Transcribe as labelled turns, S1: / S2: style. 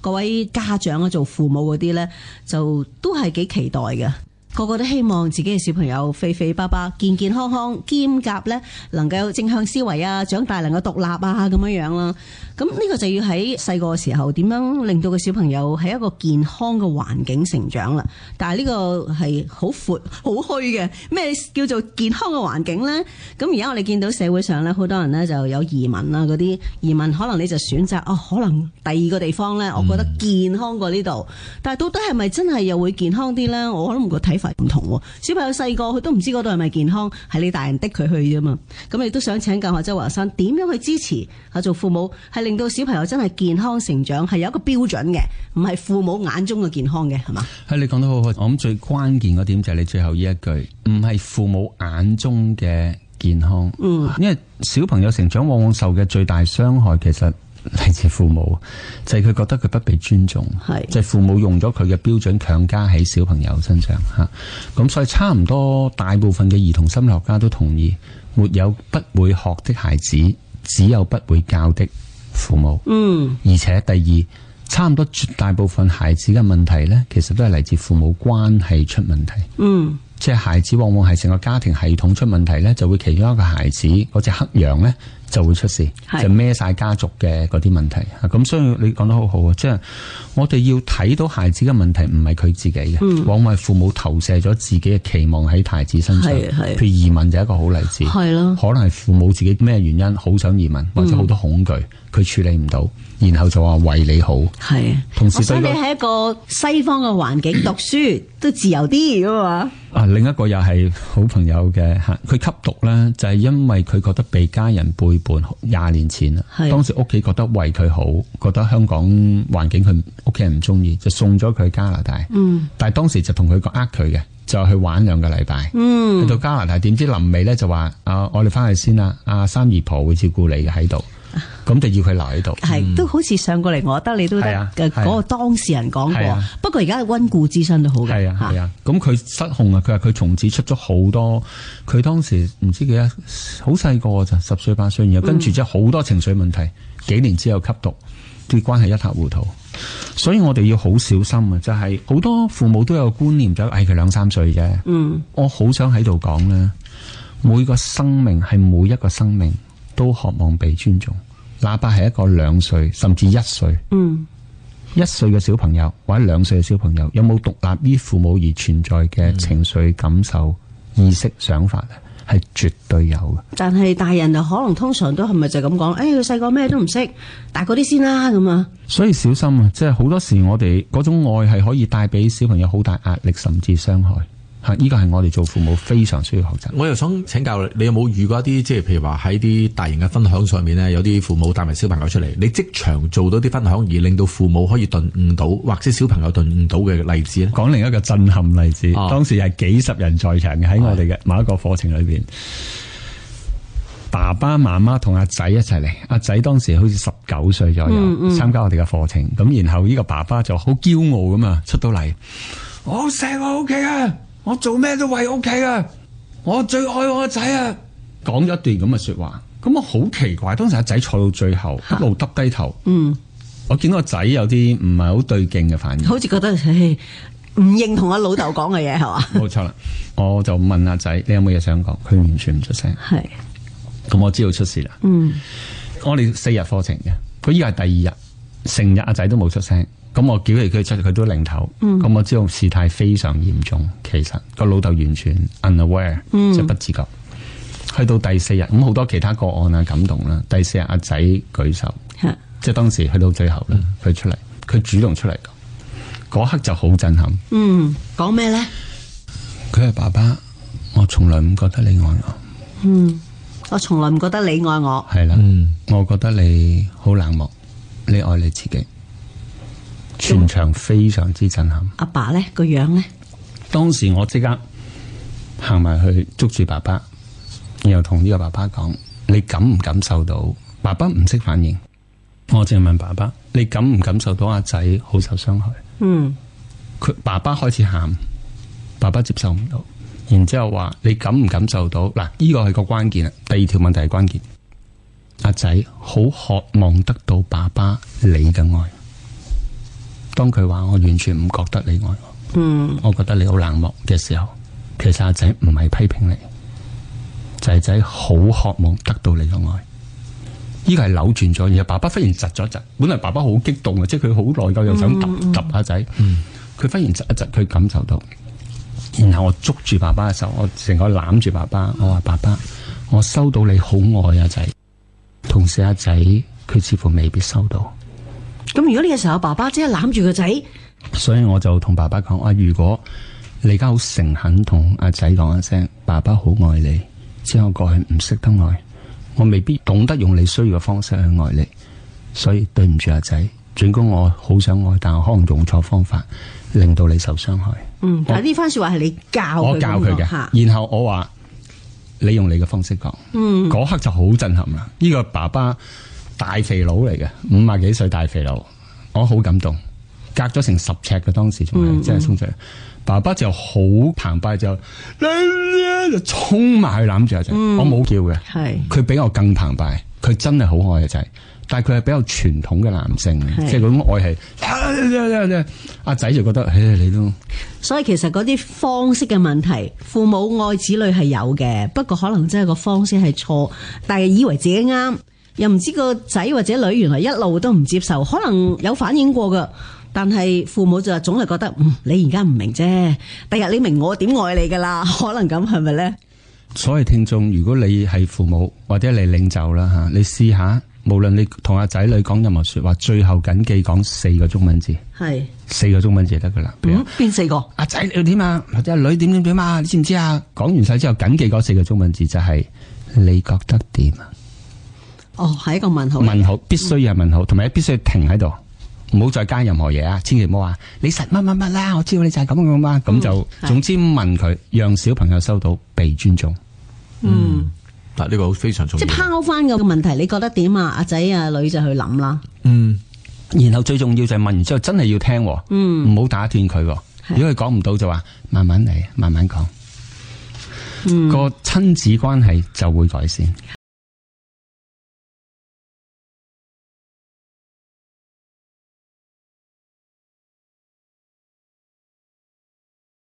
S1: 各位家長啊，做父母嗰啲呢，就都係幾期待嘅。個個都希望自己嘅小朋友肥肥白白、健健康康，兼夾呢能夠有正向思維啊，長大能夠獨立啊咁樣樣啦。咁呢個就要喺細個嘅時候點樣令到個小朋友喺一個健康嘅環境成長啦。但係呢個係好闊、好虛嘅，咩叫做健康嘅環境呢？咁而家我哋見到社會上呢，好多人呢就有移民啦，嗰啲移民可能你就選擇哦，可能第二個地方呢，我覺得健康過呢度。但係到底係咪真係又會健康啲呢？我可能個睇法唔同喎。小朋友細個佢都唔知嗰度係咪健康，係你大人逼佢去啫嘛。咁你都想請教下周華山點樣去支持啊？做父母係令到小朋友真係健康成長，係有一個標準嘅，唔係父母眼中嘅健康嘅，係嘛？
S2: 係啊你講得好好，我諗最關鍵嗰點就係你最後呢一句，唔係父母眼中嘅健康。嗯，因為小朋友成長往往受嘅最大傷害其實嚟自父母，就係、佢覺得佢不被尊重，
S1: 係
S2: 就係父母用咗佢嘅標準強加喺小朋友身上嚇。咁所以差唔多大部分嘅兒童心理學家都同意，沒有不會學的孩子，只有不會教的父母。
S1: 嗯，
S2: 而且第二，差唔多絕大部分孩子嘅問題呢，其實都係嚟自父母關係出問題。
S1: 嗯，
S2: 即係孩子往往係成個家庭系統出問題呢，就會其中一個孩子嗰只黑羊呢就會出事，
S1: 係
S2: 就孭晒家族嘅嗰啲問題。啊咁所以你講得好好啊，即係我哋要睇到孩子嘅問題唔係佢自己嘅，
S1: 嗯
S2: 往往係父母投射咗自己嘅期望喺孩子身上。
S1: 係係
S2: 譬如移民就係一個好例子。
S1: 係咯，嗯
S2: 可能係父母自己咩原因好想移民，或者好多恐懼，佢處理唔到，然後就話為你好。
S1: 係啊。
S2: 同時
S1: 我想
S2: 對
S1: 你
S2: 個
S1: 喺一個西方嘅環境讀 書都自由啲噶嘛。
S2: 啊，另一個又係好朋友嘅嚇，佢吸毒咧就係因為佢覺得被家人背叛，廿年前啦
S1: 係，
S2: 當時屋企覺得為佢好，覺得香港環境佢屋企人唔中意，就送咗佢加拿大。嗯，但係當時就同佢講呃佢嘅，就係去玩兩個禮拜。嗯，去到加拿大點知臨尾咧就話啊，我哋翻去先啦，阿三姨婆會照顧你嘅喺度，咁就要佢留喺度。
S1: 係都好似上過嚟，我覺得你都得
S2: 嗯係啊
S1: 嘅
S2: 係啊
S1: 嗰個當事人講
S2: 係
S1: 過
S2: 啊。
S1: 不過而家温故知新都好嘅，
S2: 係啊
S1: 嚇
S2: 係啊，咁佢失控啊！佢話佢從此出咗好多，佢當時唔知幾多，好細個就十歲八歲，然後跟住之後好多情緒問題，幾年之後吸毒，啲關係一塌糊塗。所以我哋要好小心啊！就係、好多父母都有個觀念就係，哎唉佢兩三歲啫。嗯，我好想喺度講咧，每個生命係每一個生命都渴望被尊重，哪怕係一個兩歲甚至一歲。
S1: 嗯，
S2: 一歲嘅小朋友或者兩歲嘅小朋友有冇獨立於父母而存在嘅情緒、感受、意識、想法咧？係絕對有嘅。
S1: 但係大人就可能通常都係咪就咁講？誒、哎佢細個咩都唔識，大個啲先啦咁啊。
S2: 所以小心啊！即係好多時我哋嗰種愛係可以帶俾小朋友好大壓力，甚至傷害。嚇！呢個係我哋做父母非常需要學習。
S3: 我又想請教你，你有冇遇過一啲即係譬如話喺啲大型嘅分享上面呢，有啲父母帶埋小朋友出嚟，你即場做到啲分享而令到父母可以頓悟到，或者小朋友頓悟到嘅例子呢？
S2: 講另一個震撼例子，
S3: 啊
S2: 當時係幾十人在場嘅喺我哋嘅某一個課程裏邊，爸爸媽媽同阿仔一齊嚟，阿仔當時好似十九歲左右，參加我哋嘅課程，咁然後呢個爸爸就好驕傲咁啊出到嚟，我錫我屋企啊，我做咩都為屋企啊，我最愛我個仔啊，講咗一段咁嘅說話，咁我好奇怪，當時阿仔坐到最後一路耷低頭，
S1: 嗯，
S2: 我見到個仔有啲唔係好對勁嘅反應。
S1: 好似覺得唉唔認同阿老豆講嘅嘢係嘛？
S2: 冇錯啦，我就問阿仔，你有冇嘢想講？佢完全唔出聲，
S1: 係，
S2: 咁我知道出事啦。
S1: 嗯，
S2: 我哋四日課程嘅，佢依個係第二日，成日阿仔都冇出聲。咁我叫嚟佢出，佢都擰頭。咁、我知道事態非常嚴重，其實個老豆完全 unaware，即係不自覺。去到第四日，咁好多其他個案啊，感動啦。第四日阿仔舉手，
S1: 嚇
S2: 即係當時去到最後啦，佢出嚟，佢主動出嚟講，嗰刻就好震撼。
S1: 嗯，講咩咧？
S2: 佢係爸爸，我從來唔覺得你愛我。
S1: 嗯我從來唔覺得你愛我，
S2: 系啦，我覺得你好冷漠，你愛你自己，全場非常之震撼。
S1: 阿爸咧個樣咧，
S2: 當時我即刻行埋去捉住爸爸，然後同呢個爸爸講：你感唔感受到？爸爸唔識反應，我淨係問爸爸：你感唔感受到阿仔好受傷害？
S1: 嗯
S2: 佢爸爸開始喊，爸爸接受唔到，然之後話你感唔感受到？嗱，呢個係個關鍵啦。啊第二條問題係關鍵，阿仔好渴望得到爸爸你嘅愛，當佢話我完全唔覺得你愛我，
S1: 嗯
S2: 我覺得你好冷漠嘅時候，其實阿仔唔係批評你，仔仔好渴望得到你嘅愛。呢個係扭轉咗，而係爸爸忽然窒咗一窒。本來爸爸好激動嘅，即係佢好內疚又想揼揼下仔，佢、忽然窒一窒，佢感受到。然後我捉住爸爸嘅手，我成個攬住爸爸，我話爸爸，我收到你好愛啊仔，同時阿仔佢似乎未必收到。
S1: 咁如果呢個時候爸爸即係攬住個仔，
S2: 所以我就同爸爸講：啊，如果你而家好誠懇同阿仔講一聲，爸爸好愛你，只係我過去唔識得愛，我未必懂得用你需要嘅方式去愛你，所以對唔住阿仔，儘管我好想愛，但我可能用錯方法，令到你受傷害。
S1: 嗯，但係呢番說話係你教佢
S2: 我教佢
S1: 咁講嚇
S2: 嘅，然嗯後我話你用你嘅方式講，嗰、刻就好震撼啦！呢、個爸爸大肥佬嚟嘅，五啊幾歲大肥佬，我好感動，隔咗成十尺嘅當時仲係，即係衝出嚟。爸爸就好澎湃就，就衝埋去攬住阿仔，我冇叫嘅，
S1: 係
S2: 佢比我更澎湃，佢真係好愛嘅仔，但係佢係比較傳統嘅男性
S1: 係，
S2: 即係嗰種愛係，阿仔就覺得，唉，你都。
S1: 所以其實嗰啲方式嘅問題，父母愛子女係有嘅，不過可能真係個方式係錯，但係以為自己啱，又唔知個仔或者女原來一路都唔接受，可能有反應過噶。但係父母就話總係覺得，嗯，你而家唔明啫，第日你明我點愛你噶啦， 可能咁係咪呢？
S2: 所謂聽眾，如果你係父母或者你係領袖啦嚇，你試下，無論你同阿仔女講任何説話，最後緊記講四個中文字，
S1: 係，
S2: 四個中文字就得噶啦。譬如
S1: 嗯，邊四個？
S2: 阿仔你要點啊，或者阿女點點點啊，你知唔知啊？講完晒之後，緊記嗰四個中文字就係、你覺得點啊？
S1: 哦，係一個問號。
S2: 問號必須要係問號，同埋必須要停喺度，唔好再加任何嘢啊！千祈唔好話你實乜乜乜啦，我知道你就係咁咁啦，咁就、
S1: 嗯係
S2: 總之問佢，讓小朋友收到被尊重。
S1: 嗯，
S3: 嗱，呢個非常重
S1: 即
S3: 要
S1: 係。拋翻個問題，你覺得點啊？阿仔啊女就去諗啦。
S3: 嗯，
S2: 然後最重要就係問完之後真係要聽喎，
S1: 嗯
S2: 唔好打斷佢喎。
S1: 係
S2: 如果佢講唔到就話慢
S1: 嗯
S2: 慢嚟，慢慢講，個親子關係就會改善。